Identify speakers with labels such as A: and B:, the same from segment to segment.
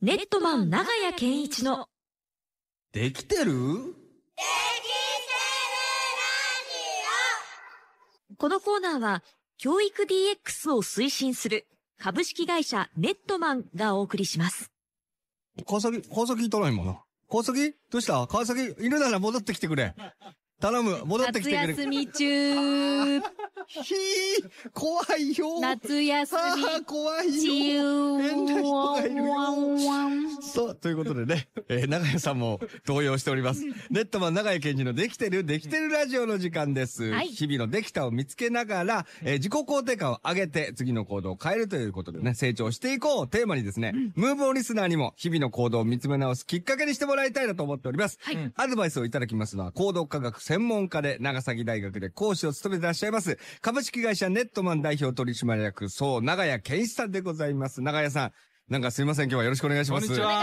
A: ネットマン長屋健一の
B: できてる
A: このコーナーは教育 DX を推進する株式会社ネットマンがお送りします。
B: 川崎、川崎いたら今な。川崎どうした川崎、犬なら戻ってきてくれ。頼む、戻って
C: 夏
B: きてくれ。
C: 休み中、
B: ひー、怖いよ。
C: 夏休
B: あー怖い
C: み中
B: よ。、変な人がいるよ
C: ワンワン
B: そう、ということでね、えー、長屋さんも動揺しております。ネットマン長屋健二のできてる、できてるラジオの時間です。
C: はい
B: 日々のできたを見つけながら、えー自己肯定感を上げて、次の行動を変えるということでね、成長していこうをテーマにですね、ムーブオンリスナーにも日々の行動を見つめ直すきっかけにしてもらいたいなと思っております。
C: はい
B: アドバイスをいただきますのは、行動科学専門家で、長崎大学で講師を務めていらっしゃいます、株式会社ネットマン代表取締役、そう、長屋健一さんでございます。長屋さん。なんかすいません、今日はよろしくお願いし
D: こ
B: ま
D: ん
B: す。
D: にち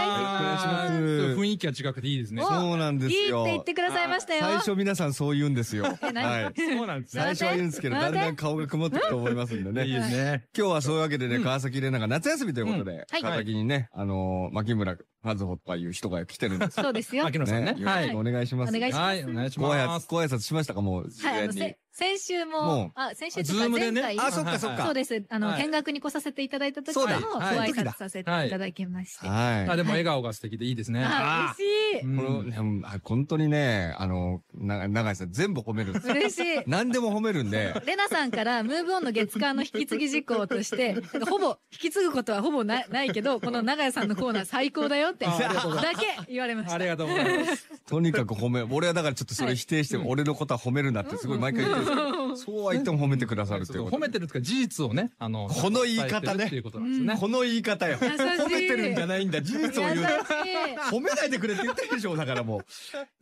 B: よろしくお願い
D: は。
B: します
D: 雰囲気が違くていいですね。
C: お
B: そうなんです
C: いいって
B: よ。
C: 言ってくださいましたよ。
B: 最初皆さんそう言うんですよ。
C: え何
B: はい。
D: そうなんです
B: 最
D: ね。
B: 初は言うんですけど、
C: 待
B: だ
C: っ
B: ん
C: て
B: だん顔が曇ってくと思いますん で
D: いいで
B: ね。
D: すね。
B: 今日はそういうわけでね、川崎玲奈が夏休みということで、
C: はい
B: 川崎にね、あのー、牧村和穂とかいう人が来てるんです
C: そうですよ。
D: 牧野さんね。
B: よ
D: は
B: ろし
D: い
B: く。お願いします。
C: お願いしま
D: はい、お願いし
B: ご挨
D: ま
B: 拶、
D: す。
B: ご挨拶しましたかもう、事
C: はい、あ
B: 前
C: の、
B: に
C: せ。先週
B: もう
C: も、あ、先週と
D: ズー
C: か
D: ムで
C: 前
D: ね
C: 回、
B: あ、そっかそっ
C: そう
B: か。
C: です。あの、
D: はい
C: 見学に来させていただいた時
B: そう
C: も
B: だ、
C: ご
D: はい
C: 挨拶させていただきまして。
D: あ、
B: は
D: でも笑顔が素敵でいいですね。
C: あ、嬉し
D: う
B: い。
D: ん
B: この、ねうんあ本当にね、あの、な長井さん全部褒めるん です
C: い。嬉しい。
B: 何でも褒めるんで、
C: レナさんから、ムーブオンの月間の引き継ぎ事項として、ほぼ、引き継ぐことはほぼなないけど、この長屋さんのコーナー最高だよって、だ
D: あありがとうござ
C: け言われまし
D: あ
C: た。
D: りがとうございます。
B: とにかく褒め、俺はだからちょっとそれ否定して、俺のことは褒めるなってすごい毎回言ってるんですけど、そうは言っても褒めてくださるということ
D: 褒めてるとか事実をね、あの、
B: この言い方ね
D: 伝えてるっていうことなんですね。
B: この言い方よ。
C: 優しい
B: 褒めてるんじゃないんだ。事 実を言う。
C: 優しい。
B: 褒めないでくれって言ってるでしょ、だから もう。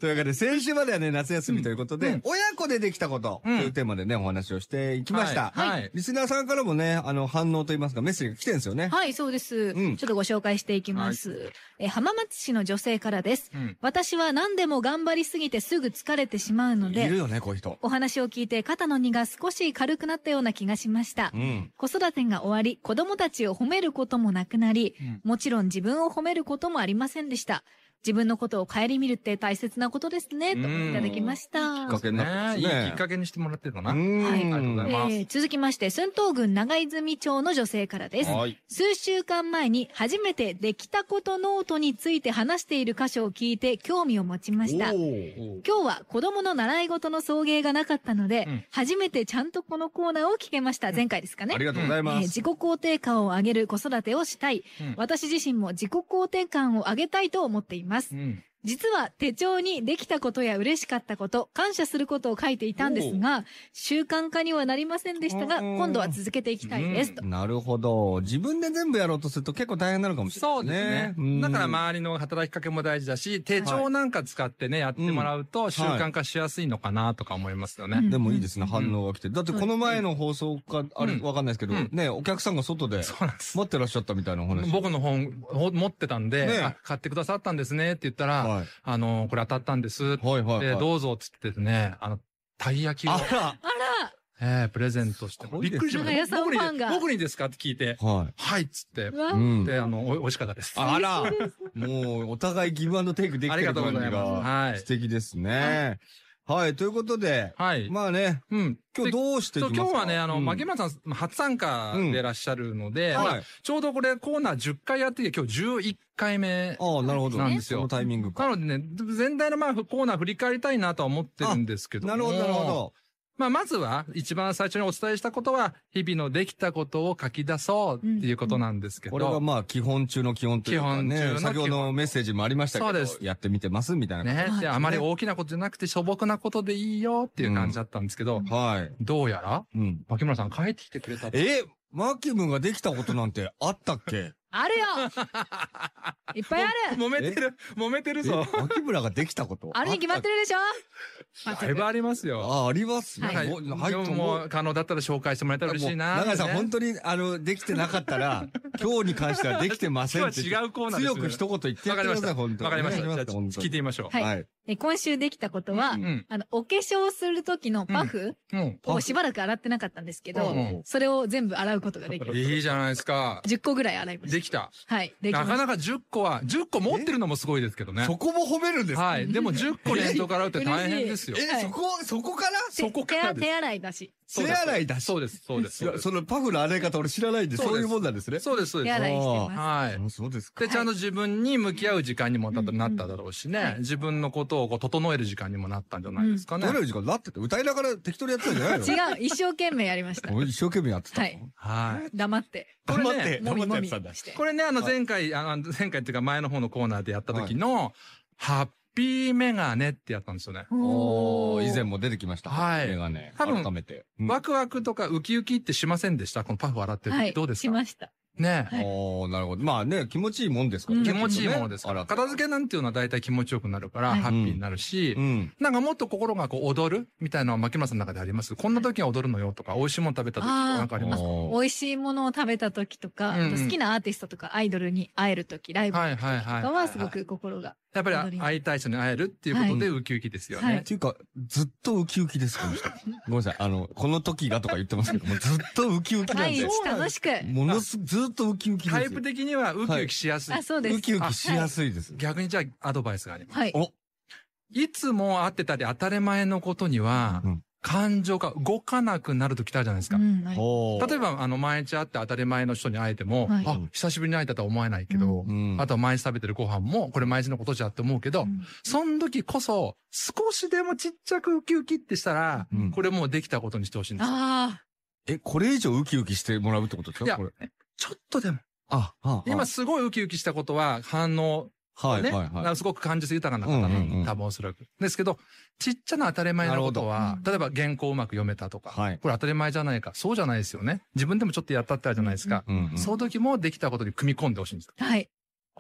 B: というわけで、先週まではね、夏休みということで、親子でできたことと
D: うん
B: いうテーマでね、お話をしていきました。
D: はいはい
B: リスナーさんからもね、あの、反応といいますか、メッセージが来てるんですよね。
C: はい、そうです、
B: うん
C: ちょっとご紹介していきます。えー浜松市の女性からです、
D: うん
C: 私は何でも頑張りすぎてすぐ疲れてしまうの
B: いる
C: で、
B: よね、こういう人。
C: お話を聞いて肩の荷が少し軽くなったような気がしました。
B: うん。
C: 子育てが終わり、子供たちを褒めることもなくなり、
D: うん
C: もちろん自分を褒めることもありませんでした。自分のことを顧みるって大切なことですね、と
D: うん
C: いただきました。
B: きっかけになっ
D: ね
B: て
D: いい
B: ま
D: き
B: すね
D: っかけにしてもらってるかな。
B: うん
C: はいあり
D: がとうございます
C: えー続きまして、駿東郡長泉町の女性からです。
B: はい。
C: 数週間前に初めてできたことノートについて話している箇所を聞いて興味を持ちました。
B: ー
D: おう
C: 今日は子供の習い事の送迎がなかったので、
D: うん
C: 初めてちゃんとこのコーナーを聞けました。前回ですかね。
B: ありがとうござい
C: えー
B: ます。
C: 自己肯定感を上げる子育てをしたい。
D: うん
C: 私自身も自己肯定感を上げたいと思っています
D: う。ん。
C: 実は手帳にできたことや嬉しかったこと、感謝することを書いていたんですが、習慣化にはなりませんでしたが、
B: うん
C: 今度は続けていきたいです。と
B: なるほど。自分で全部やろうとすると結構大変なのかもしれな
D: そ
B: いうです
D: です
B: ね
D: ね。。だから周りの働きかけも大事だし、手帳なんか使ってね、やってもらうと習慣化しやすいのかなとか思いますよね。
B: でもいいですね、
D: うん
B: 反応が来て。だってこの前の放送か、あれ、
D: うん
B: わかんないですけど、
D: うん
B: ね、お客さんが外で
D: そうなんです。
B: 待ってらっしゃったみたいなお話。
D: 僕の本を持ってたんで、
B: ねえ
D: あ買ってくださったんですねって言ったら、
B: はい。
D: あのこれ当たったんです。
B: はいはい
D: で、
B: はい。
D: どうぞって言ってね、あの、たい焼きを、
B: あ
D: えープレゼントして
B: す、ごい
D: び
B: で
D: っ
B: すね
D: くりしまし
C: 長
D: た。
C: 屋さん
D: 僕に
C: ファンが、
D: 僕にですかって聞いて、
B: らは
D: はいっつって
C: う、わ
B: い。うん。
D: で、あの、お美味しかったです。
B: あら、もうお互いギブアンドテイクでき
D: あ
B: て
D: り
B: る
D: がとう
B: 感
D: ご
B: じ
D: ざい
B: が
D: ます。
B: 素敵ですね。はい、ということで、
D: はい。はい。
B: まあね、
D: うん。
B: 今日
D: で
B: どうしていき
D: そう
B: ますか
D: 今日はね、あの、
B: うん
D: 牧村さん、初参加でいらっしゃるので、ま
B: は
D: あ
B: い。
D: ちょうどこれコーナー10回やってて、今日11回目
B: ああ、なるほど。
D: なんですよ
B: そのタイミングか。
D: なのでね、全体のまあコーナー振り返りたいなとは思ってるんですけども
B: なるほど、なるほ。ど。
D: まあまずは、一番最初にお伝えしたことは、日々のできたことを書き出そうっていうことなんですけど。
B: これがまあ基本中の基本というか
D: 基本中
B: ね、
D: の
B: 先ほどのメッセージもありましたけど、
D: そうです
B: やってみてますみたいな。
D: ね
C: はい
D: であまり大きなことじゃなくて、しょぼくなことでいいよっていう感じだったんですけど、
B: はい。
D: どうやら、
B: うん。
D: 牧村さん帰ってきてくれたと。
B: え、マキムができたことなんてあったっけ
C: あるよいっぱいある
D: 揉めてる、揉めてるぞ。
B: マキムラができたこと
C: あるに決まってるでしょ
D: だいぶありますよ。
B: あ、ありますね。
D: はい。
B: ご
D: でももう、可能だったら紹介してもらえたら嬉しいな。
B: もう長井さん、本
D: 当
B: 当に、あの、できてなかったら、今日に関してはできてませんって。
D: 今日は違うコーナーです
B: 強く一言言ってや
D: わ
B: ってく
D: かりま
B: だ
D: し
B: さい、
D: た。
B: 本当
D: わかりました。
B: お
D: じゃ
B: 願
D: あ
B: いします
D: 聞いてみましょ
C: は
B: 本当
C: い
B: にはい。
C: え今週できたことは、
D: う。うん。
C: あの、お化粧する時のパフ
D: うん。
C: をしばらく洗ってなかったんですけど、
D: うん
C: それを全部洗うことができる。
D: いいじゃないですか。
C: 10個ぐらい洗いました。
D: できた。
C: はい。でき
D: な
C: ま
D: か
C: し
D: なか10個は、10個持ってるのもすごいですけどね。
B: そこも褒めるんですか
D: はい。でも10個連投から打って大変ですよ。
B: え、
C: はい
B: そこ、そこから
C: た。
D: そこか
C: 手
D: らです
C: 手洗いだし。
B: 手洗いだし。
D: そうです、そうです。
B: い
D: そう
B: や
D: です
B: そのパフの洗い方俺知らないんで、
D: そう
B: そう
D: で
B: い
D: す
B: うもんなんですね。
D: そうです、そう
C: 手
D: です。
C: 洗いしてます。
D: はい。
B: あそうですか。
D: で、ちゃんと自分に向き合う時間にもなった
C: うん
D: なっただろうしね、
C: はい
D: 自分のことをこう整える時間にもなったんじゃないですかね。
B: どれの時間だってて、歌いながら適当にやってたんじゃないの
C: 違う、一生懸命やりま した。
B: 俺一生懸命やってたの。
C: はい
D: はい。
C: 黙って。
D: これね
C: もみもみ
B: だ。
C: して。
D: これね、あの
B: はい
D: 前回、あの前回っていうか前の方のコーナーでやった時の、ハッピーメガネってやったんですよね。
B: お
C: お
B: ー
C: ー
B: 以前も出てきました。
D: はい
B: メガネ。
D: 多分
B: 改めて。うん
D: ワクワクとかウキウキってしませんでしたこのパフ洗ってる時、
C: はい。
D: どうです
C: し
D: か
C: ました。
D: ね、
C: はい
B: おーなるほど。まあね、気持ちいいもんですからね。
C: うん
D: 気持ちいいものですから。
B: ね
D: 片付けなんていうのは大体気持ちよくなるから、
C: はい
D: ハッピーになるし、
B: うん。
D: なんかもっと心がこう踊るみたいなのは牧村さんの中でありますこんな時は踊るのよとか、美味しいもの食べた時とかなんかあります
B: おー
C: 美味しいものを食べた時とか、
D: うんうん
C: あと好きなアーティストとかアイドルに会える時、ライブ
D: はいはいはい。
C: とかはすごく心が。
D: やっぱり会いたい人に会えるっていうことでウキウキですよね。
C: はい
B: っていうか、ずっとウキウキです、この人。ごめんなさい。あの、この時がとか言ってますけども、ずっとウキウキなん
C: 毎日
B: で。
C: 楽しく。
B: ものす、ずっとウキウキです
D: タ
B: よ。
D: イプ的にはウキウキしやすい。
C: あ、そうです。
B: ウキウキしやすいです。
D: 逆にじゃあアドバイスがあります。
C: はい。
B: お
D: いつも会ってたり当たり前のことには、
B: うん
D: 感情が動かなくなるときたじゃないですか。
C: ん、あり
B: おー
D: 例えば、あの、毎日会って当たり前の人に会えても、
C: はい
D: あ、久しぶりに会えたとは思えないけど、
B: うん
D: あとは毎日食べてるご飯も、これ毎日のことじゃって思うけど、
C: うん
D: その時こそ、少しでもちっちゃくウキウキってしたら、
B: うん
D: これもうできたことにしてほしいんですよ
C: あ
B: え、これ以上ウキウキしてもらうってことです
D: いや
B: かこれ。
D: ちょっとでも。
B: あ、あ
D: 今、すごいウキウキしたことは反応
B: あはい、
D: ね、
B: はい、はい。
D: なんかすごく感受性豊かな方なの
B: うんうんうん
D: 多分おそらく。ですけど、ちっちゃな当たり前のこと
C: なる
D: は
C: ほ、ど
D: 例えば原稿うまく読めたとか、
B: はい
D: これ当たり前じゃないか、そうじゃないですよね。自分でもちょっとやったってあるじゃないですか。
B: うん、うん。
D: その時もできたことに組み込んでほしいんです。
C: あ、はい。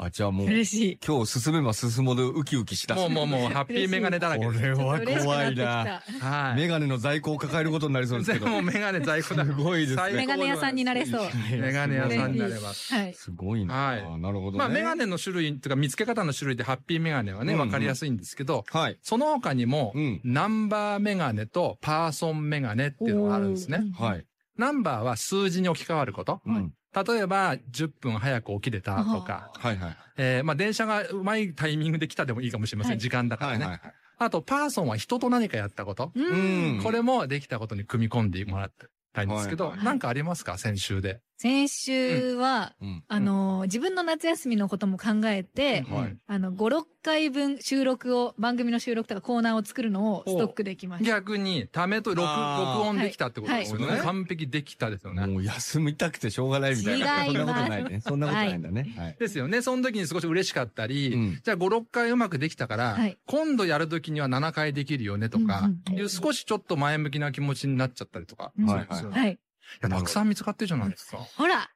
B: あ、じゃあもう、
C: 嬉しい。
B: 今日進めば進むほどウキウキしだす。
D: もうもうもう、ハッピーメガネだらけ
B: こ
D: です。
B: れは怖いな。
C: な。
D: はい。
B: メガネの在庫を抱えることになりそうですけ
D: 全
B: ど。
D: 部もうメガネ在 庫だ。
B: すごいですね
D: 最高
C: メガネ屋さんになれそう。
D: メガネ屋さんになれ
C: 嬉
D: ま
C: し
D: す。
C: いはい。
B: すごいな。
D: はい
B: あなるほどね。
D: まあ、メガネの種類とか見つけ方の種類でハッピーメガネはね、
B: うんうん
D: わかりやすいんですけど、
B: はい。
D: その他にも
B: う、ん。
D: ナンバーメガネとパーソンメガネっていうのがあるんですね。
C: おー。
B: はい。
D: ナンバーは数字に置き換わること。
B: うん。
D: 例えば、10分早く起きれたとか、
B: はいはい。
D: えー、まあ、電車がうまいタイミングで来たでもいいかもしれません。
C: はい
D: 時間だから
B: は
D: ね。
B: いはい。
D: あと、パーソンは人と何かやったこと。
C: う
B: うん
C: ん。
D: これもできたことに組み込んでもらったいんですけど、
C: はい
D: なんかありますか先週で。
C: 先週は、
B: うん。
C: あのー、自分の夏休みのことも考えて、
B: うんはい
C: あの、5、6回分収録を、番組の収録とかコーナーを作るのをストックできました。
D: 逆に、ためと録、録
B: あー
D: 音できたってことですよね。
B: はいはい
D: 完璧できたですよね。
B: もう休みたくてしょうがないみたいな。
C: 違います
B: そんなことないね。そんなことないんだね。はい。
D: ですよね。その時に少し嬉しかったり、
B: うん
D: じゃあ5、6回うまくできたから、
C: はい
D: 今度やる時には7回できるよねとか、
C: うんうん
D: いう少しちょっと前向きな気持ちになっちゃったりとか。
C: うん
D: するんですよね
C: はい。
D: いやたくさん見つかってるじゃないですか。
C: ほら、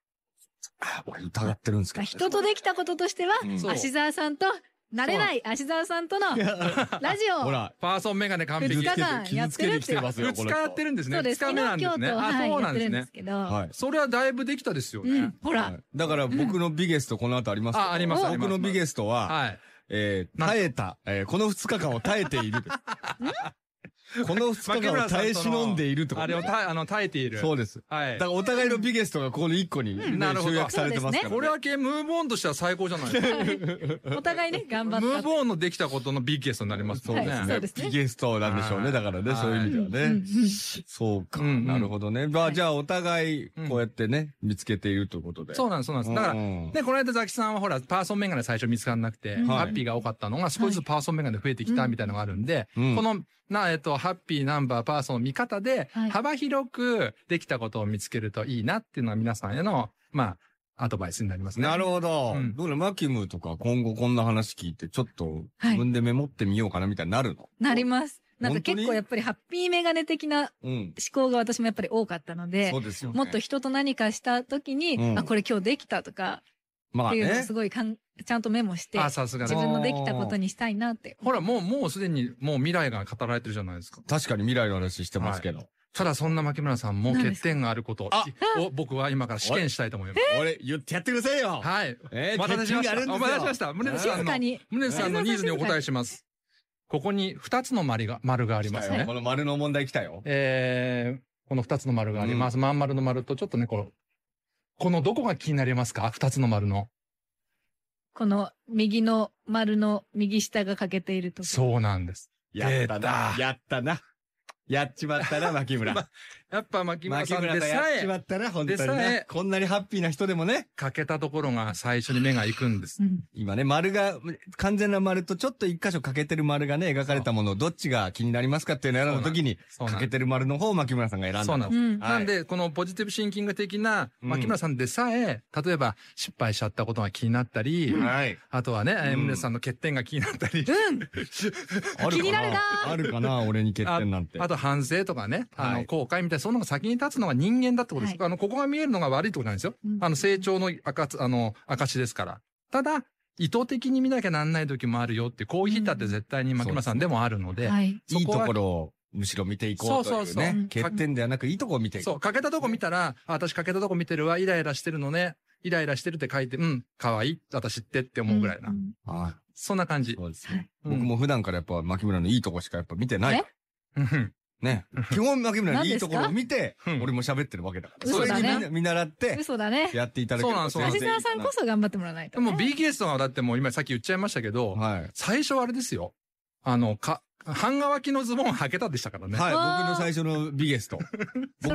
B: あ俺疑ってるんですけどね。
C: 人とできたこととしては、
B: うん
D: そう
C: 芦沢さんと、慣れない芦沢さんとのラジオ
B: ほ
C: を
B: ら、
D: パーソンメガネ完
B: 傷
D: 璧
C: 二
B: つ。け
C: 日
B: て
C: 間、や
B: 傷
C: っ
B: つ
C: て
B: け
C: るって
B: てきてますよ、
D: 2
B: こ
D: 日
B: の
D: やっ
B: 人
D: て。るんですね。
C: そうで
D: 2
C: す。
D: 日目なんですね。
C: 昨日今日と、
D: あ、
C: はい、
D: そ
C: や
D: う
C: っ
D: な
C: て
D: んです
C: るんで
D: ね
C: す。けど。
B: はい。
D: それはだいぶできたですよ
C: う
D: ね
C: ん。、ほら、
B: はいだから僕のビゲストこの後ありますよ
D: あありますあります
B: 僕のビゲストは、
D: はい。
B: えー
D: なんと
B: 耐えた、えーこの2日間を耐えているです。この2日間を耐え忍んでいるってこ
D: あれ
B: と
D: を
B: ね。
D: た、あの、耐えている。
B: そうです。
D: は
B: だ
D: い
B: か。らお互いのビゲストがこの1個にね、
D: うんなるほど
B: 集約されてますから、ね。
D: これだけムーブオンとしては最高じゃ ないですか。
C: お互いね、頑張
D: ムー
C: った
D: ブ。オンのできたことのビッゲストになります
B: そう
D: もん
B: で
D: ね。
B: す
C: はい
B: ね。
C: そうですね
B: ビゲストなんでしょう
D: は
B: ね。
D: い
B: だからね、
D: はい
B: そういう意味では
C: うんう
B: ね
C: ん。
B: そうか。
D: うんうん
B: なるほどね。ま
C: は
B: あ、
C: い
B: じゃあお互い、こうやってね、見つけているということで。
D: そううなんです、そうなんです。
B: ん
D: だから、ね、この間ザキさんはほら、パーソンメガネ最初見つからなくて、
C: うん
D: ハッピーが多かったのが、少しずつパーソンメガネ増えてきたみたいなのがあるんで、
B: うん
D: この、な、えっと、ハッピー、ナンバー、パーソンの見方で
C: はい、
D: 幅広くできたことを見つけるといいなっていうのは皆さんへの、まあ、アドバイスになりますね。
B: なるほど。
D: うん
B: どうだマキムとか今後こんな話聞いて、ちょっと
C: はい
B: 自分でメモってみようかなみたいになるの、
C: なります。なんか
B: 本当に
C: 結構やっぱりハッピーメガネ的な思
B: うん。
C: 考が私もやっぱり多かったので
B: そ、うですよ、ね。
C: もっと人と何かした時に、
B: うん
C: あ、これ今日できたとか
B: ま
C: っ
B: あ
C: ていうのを
B: ね
C: す。ごいかん、ちゃんとメモして、
D: あ、さすが
C: 自
D: ね。
C: 分のできたことにしたいなって。
D: ほら、もう、もうすでに、もう未来が語られてるじゃないですか。
B: 確かに未来の話してますけど。
D: ただ、そんな牧村さんも
C: 何
D: 欠
C: ですか
D: 点があることを
B: あ
D: を僕は今から試験したいと思います。
B: 俺、言ってやってくださいよ。
D: はい。
B: え
D: お待たせしました。
B: 欠点が
D: お待たせしました。宗
B: 静
D: さん
C: 静
D: の
C: か、に。
D: 宗さんのニーズにお答えします。ここに2つの丸が、丸がありま
B: 来
D: す
B: たよ
D: ね
B: こ。の丸の問題来たよ。
D: えー、この2つの丸があります。まん丸の丸と、ちょっとね、こう、このどこが気になりますか二つの丸の。
C: この右の丸の右下が欠けているとこ
D: そうなんです。
B: やったな
D: 出。た
B: やったな。やっちまったな、牧村。
D: まやっぱ牧村
B: 牧
D: さんで
B: 村がや
D: さ
B: っちま
D: え、
B: ったな、本当に
D: でさえ
B: ね。こんなにハッピーな人でもね。
D: 欠けたところが最初に目が行くんです。
C: うん
B: 今ね、丸が、完全な丸とちょっと一箇所欠けてる丸がね、描かれたもの、どっちが気になりますかっていうのを選んだ時に、
D: そうな
B: 欠
D: ん
B: け
D: で
B: てる丸の方を牧村さんが選んだ。
D: す。そうなん
C: う
D: です。
C: ん。
B: はい
D: なんで、このポジティブシンキング的な、
B: うん
D: 牧村さんでさえ、例えば失敗しちゃったことが気になったり、
B: はい。
D: あとはね、えー
B: うん
D: 皆さんの欠点が気になったり、
B: あるか
C: 気になるな
B: あるかな、俺に欠点なんて。
D: あと反省とかね、あ
B: は
D: の、
B: い
D: 後悔みたいな、そんなのが先に立つのが人間だってことです。
C: は
D: あの、ここが見えるのが悪いってことなんですよ。
C: うん
D: あの、成長の証、あの、証ですから。ただ、意図的に見なきゃなんない時もあるよって、こういう日だって絶対に牧村さんでもあるので、
C: はい。
D: そ
B: いい
D: ことは
B: ころを、むしろ見ていこうというね。
D: そうそうそう
C: うん
B: 欠点ではなく、いいとこを見てい
D: そ
B: こ
D: う、欠けたとこ見たら、あ私欠けたとこ見てるわ、イライラしてるのね、イライラしてるって書いて、うん、可愛い、私ってって思うぐらいな。
C: ん
B: う。は
D: そんな感
B: い。
D: じ。
B: そうですね。
D: うん
B: 僕も普段からやっぱ、牧村のいいとこしかやっぱ見てない。
D: うん
B: ね。基本、牧村のいいところを見て
D: 何です、か
B: 俺も喋ってるわけだから。
C: うん
B: それ
C: 嘘
B: に
C: だね
B: 見見習って、
C: 嘘だね。
B: やっていただければ
D: そうな
C: 橋
D: ん
B: 全
D: です
B: 然い
C: 沢
B: い
C: さんこそ頑張ってもらわない
D: で
C: とね。
D: も BKS とかはだってもう今さっき言っちゃいましたけど、
B: はい。
D: 最初はあれですよ。あの、か、半乾きのズボン履けたでしたからね。
B: はい、
C: わー
B: 僕の最初のビ ゲスト。僕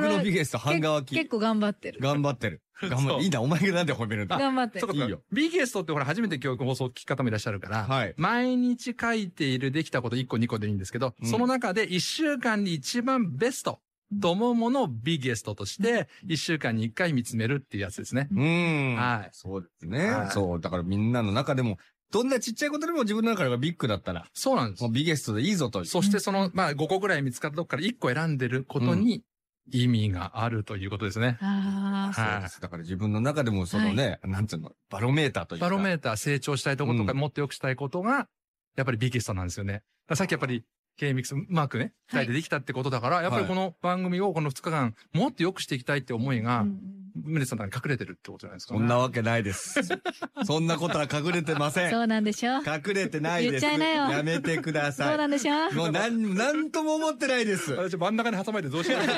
C: それ
B: のビゲスト、半乾
C: 結
B: き。
C: 構頑張ってる。
B: 頑張ってる。頑張っ
D: そう
B: て。いいな、お前がなんで褒めるんだ。
C: 頑張って
D: そ
C: る
D: うか。
B: いいよ
D: BKS ってほら初めて教育放送聞き方もいらっしゃるから、
B: はい。
D: 毎日書いているできたこと1個2個でいいんですけど、
B: うん
D: その中で1週間に一番ベストと思うものをビゲストとして、1週間に1回見つめるっていうやつですね。
B: うーん。
D: はい
B: そうですね
D: は。い
B: そう。だからみんなの中でも、どんなちっちゃいことでも自分の中がビッグだったら、
D: そうなんです
B: もう。ビゲストでいいぞと。
D: そしてその、まあ5個ぐらい見つかったとこから1個選んでることに意味があるということですね。
C: ああ。
B: そうです。だから自分の中でもそのね、なんつうの、バロメーターというか。
D: バロメ
B: ー
D: ーター成長したいとことか、
B: うん
D: もっと良くしたいことが、やっぱりビゲストなんですよね。だからさっきやっぱり、K ミックスうまくね、
C: は
D: 二
C: い
D: 人でできたってことだから、やっぱりこの番組をこの2日間、もっと良くしていきたいって思いうが、
C: ん
D: ムネさんの中に隠れてるってことじゃないですか、
B: そんなわけない です。そんなことは隠れてません。
C: そうなんでしょう。
B: 隠れてないです。
C: 言っちゃいなよ
B: やめてくだ
C: そう
B: さ
C: なんでしょう
B: い。。もうなん、なんとも思ってないです。
D: 私真ん中に挟まれてどうしよう。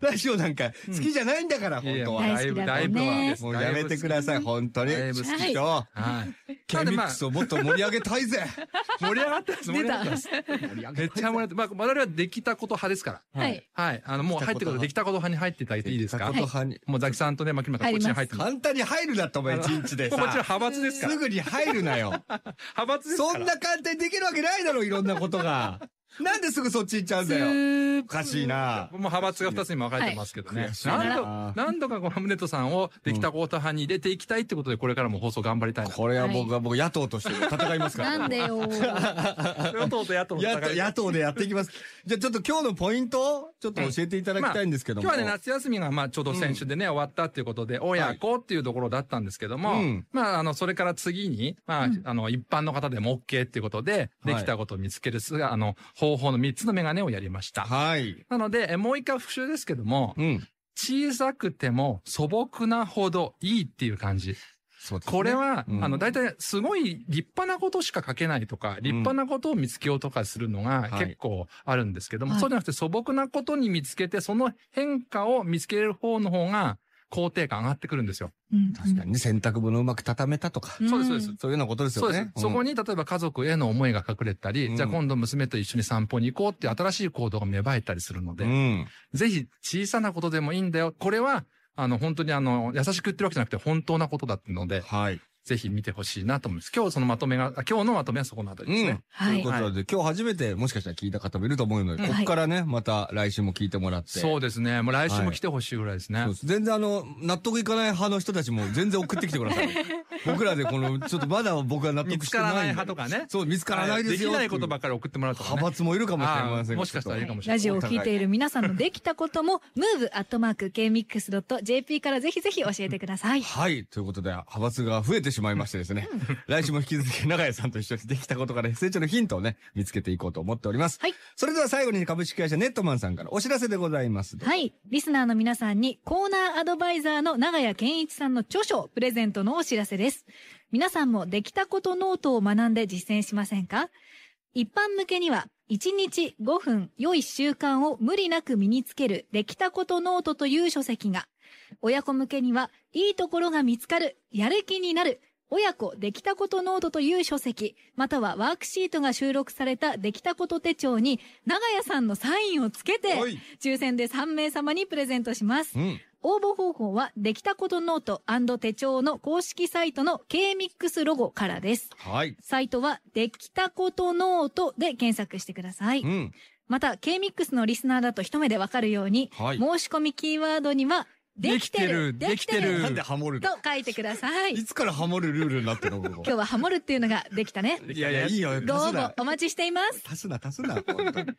B: ラジオなんか好きじゃないんだから、
D: い
B: 本
D: や
B: 当
D: もう
B: は。
C: 大好きだからね
D: はです
B: もうやめてください、
D: だぶ好
B: 本当に。
D: だいぶ
B: 好
D: 好
B: き
C: き
B: と。
D: きはい。
B: ケミックスをもっと盛り上げたいぜ。
D: 盛り上がったです、盛り上がったです。
B: 盛り上
D: めっちゃ盛り上がって、まあ、我々はできたこと派ですから。
C: は
B: はいい。
D: はい。あの、もう入ってくると、できたこと派に入っていただいていいですか
B: ことはに
D: もうザキさんとね、牧村さん、こっちに入っても
B: 簡単に入るなって、お前、一日で
D: も
B: さ
D: う。もちろん派閥ですから
B: す。ぐに入るなよ。
D: 派閥ですから。
B: そんな簡単にできるわけないだろ、いろんなことが。なんですぐそっち行っちゃうんだよ。
D: よ
B: お。かしいな
D: もう。派閥が2つに分かれてますけどね。
B: 悔しい
D: 何度、
B: な。
D: 何度かこのムネトさんをできたこと派に入れていきたいってことで、これからも放送頑張りたいな。
B: これは僕は僕、野党として戦いますから。
C: なんで よ。
D: 与党と野党の
B: 野
D: 戦
B: 党
D: い。
B: 野党でやっていきます。じゃあちょっと今日のポイントをちょっと教えていただきたいんですけど
D: 今
B: も。
D: 日はね、夏休みが、まあ、ちょうど先週でね、終わったっていうことで、親子っていうところだったんですけども、
B: うん
D: まあ、あの、それから次に、まあ、
C: うん
D: あの、一般の方でも OK っていうことで、
B: はい
D: できたことを見つけるすが、あの、方法の3つのメガネをやりました。
B: はい。
D: なので、えもう一回復習ですけども、
B: うん。
D: 小さくても素朴なほどいいっていう感じ。
B: そうですね
D: これは、
B: うん
D: あの、大体、すごい立派なことしか書けないとか、立派なことを見つけようとかするのが
B: はい
D: 結構あるんですけども、
C: はい
D: そうじゃなくて素朴なことに見つけて、その変化を見つける方の方が、肯定感上がってくるんですよ。
B: 確かにね、洗濯物をうまく畳めたとか、
C: ん
D: そうですそうです
B: そういうようなことです
D: そ
B: よ
D: う
B: ね。
D: です。そこ
B: に、
D: に、例えば家族への思いが隠れたり、
B: うん
D: じゃあ今度娘と一緒に散歩に行こうっていう新しい行動が芽生えたりするので、
B: うん。
D: ぜひ小さなことでもいいんだよ。これは、あの、本当にあの、優しく言ってるわけじゃなくて本当なことだってので、
B: はい。
D: ぜひ見てほしいなと思います。今日そのまとめが、あ今日のまとめはそこのあたりですね。
B: うん
C: は
B: という
C: い
B: こ。とで、今日初めてもしかしたら聞いた方もいると思うので、
D: うん
B: ここからね、また来週も聞いてもらって。
D: そうですね。もう来週も来てほしいぐらいですね。
B: そうです。全然あの、納得いかない派の人たちも全然送ってきてくだ さい。僕らでこの、ちょっとまだ僕は納
D: 見
B: 得
D: つ
B: して
D: か
B: ない
D: らない
B: んで
D: 派とかね。
B: そう、見つからないですよ。
D: できないことばっかり送ってもらうとか、ね。
B: 派閥もいるかもしれません
D: あーもしかしたらいいかもしれな
C: ラ
D: い
C: ジオを聞いている皆さんのできたことも、move.kmix.jp からぜひぜひ教えてください。
B: はい。ということで、派閥が増えてしまいましてですね。来週も引き続き、長谷さんと一緒にできたことから、成長のヒントをね、見つけていこうと思っております。
C: はい。
B: それでは最後に株式会社ネットマンさんからお知らせでございます。
C: はい。リスナーの皆さんにコーナーアドバイザーの長谷健一さんの著書プレゼントのお知らせです。皆さんもできたことノートを学んで実践しませんか一般向けには1日5分良い習慣を無理なく身につけるできたことノートという書籍が親子向けには、いいところが見つかる、やる気になる、親子できたことノートという書籍、またはワークシートが収録されたできたこと手帳に、長屋さんのサインをつけて
B: お、い
C: 抽選で3名様にプレゼントします。
B: うん。
C: 応募方法は、できたことノート手帳の公式サイトの K-MIX ロゴからです。
B: はい。
C: サイトは、できたことノートで検索してください。
B: うん。
C: また、K-MIX のリスナーだと一目でわかるように、
B: はい。
C: 申し込みキーワードには、できてる、
D: できてる
B: なんでハモる
C: と
B: の
C: 書いてください。
B: い
C: 今
B: つからハモるルールになってるのここ
C: 日はハモるっていうのができたね。
B: いやいや、いいよ。足
C: ご応
B: す
C: 募
B: な。
C: お待ちしています。
B: 足すな、足す な。本当に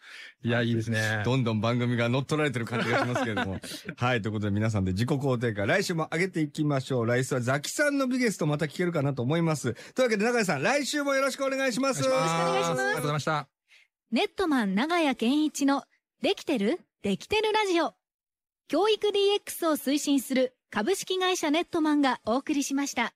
D: いや、いいですね。
B: どんどん番組が乗っ取られてる感じがしますけれど も。はい。ということで皆さんで自己肯定感、来週も上げていきましょう。来週はザキさんのビゲストまた聞けるかなと思います。というわけで中井さん、来週もよろしくお願いします。
D: お願いしますあり
C: す
D: がとうございました。
C: ネットマン長屋健一のできてるできてるラジオ。教育 DX を推進する株式会社ネットマンがお送りしました。